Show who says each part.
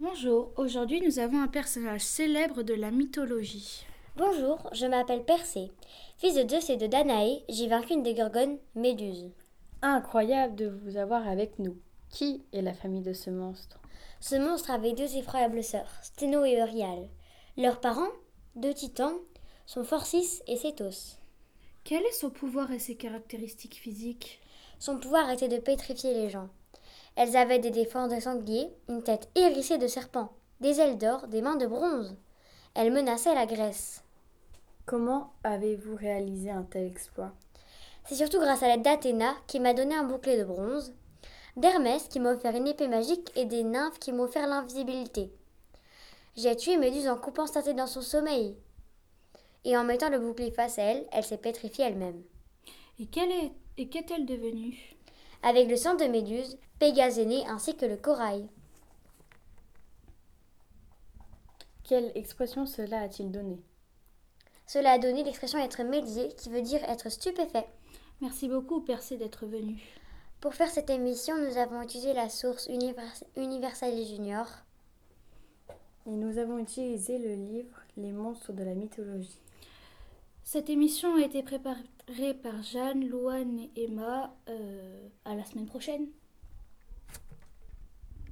Speaker 1: Bonjour, aujourd'hui nous avons un personnage célèbre de la mythologie.
Speaker 2: Bonjour, je m'appelle Persée. Fils de Zeus et de Danaé, j'ai vaincu une des gorgones, Méduse.
Speaker 3: Incroyable de vous avoir avec nous. Qui est la famille de ce monstre
Speaker 2: Ce monstre avait deux effroyables sœurs, Sténo et Euryale. Leurs parents, deux titans, sont Forcis et Cétos.
Speaker 1: Quel est son pouvoir et ses caractéristiques physiques
Speaker 2: Son pouvoir était de pétrifier les gens. Elles avaient des défenses de sanglier, une tête hérissée de serpents, des ailes d'or, des mains de bronze. Elles menaçaient la Grèce.
Speaker 3: Comment avez-vous réalisé un tel exploit
Speaker 2: C'est surtout grâce à l'aide d'Athéna qui m'a donné un bouclier de bronze, d'Hermès qui m'a offert une épée magique et des nymphes qui m'ont offert l'invisibilité. J'ai tué Méduse en coupant sa tête dans son sommeil. Et en mettant le bouclier face à elle, elle s'est pétrifiée elle-même.
Speaker 1: Et quelle est- et qu'est-elle devenue
Speaker 2: Avec le sang de Méduse, Pégase est né ainsi que le corail.
Speaker 3: Quelle expression cela a-t-il donné
Speaker 2: Cela a donné l'expression être médié qui veut dire être stupéfait.
Speaker 1: Merci beaucoup Persée d'être venu.
Speaker 2: Pour faire cette émission, nous avons utilisé la source Univers- Universalis Junior.
Speaker 3: Et nous avons utilisé le livre Les monstres de la mythologie.
Speaker 1: Cette émission a été préparée par Jeanne, Louane et Emma. Euh, à la semaine prochaine.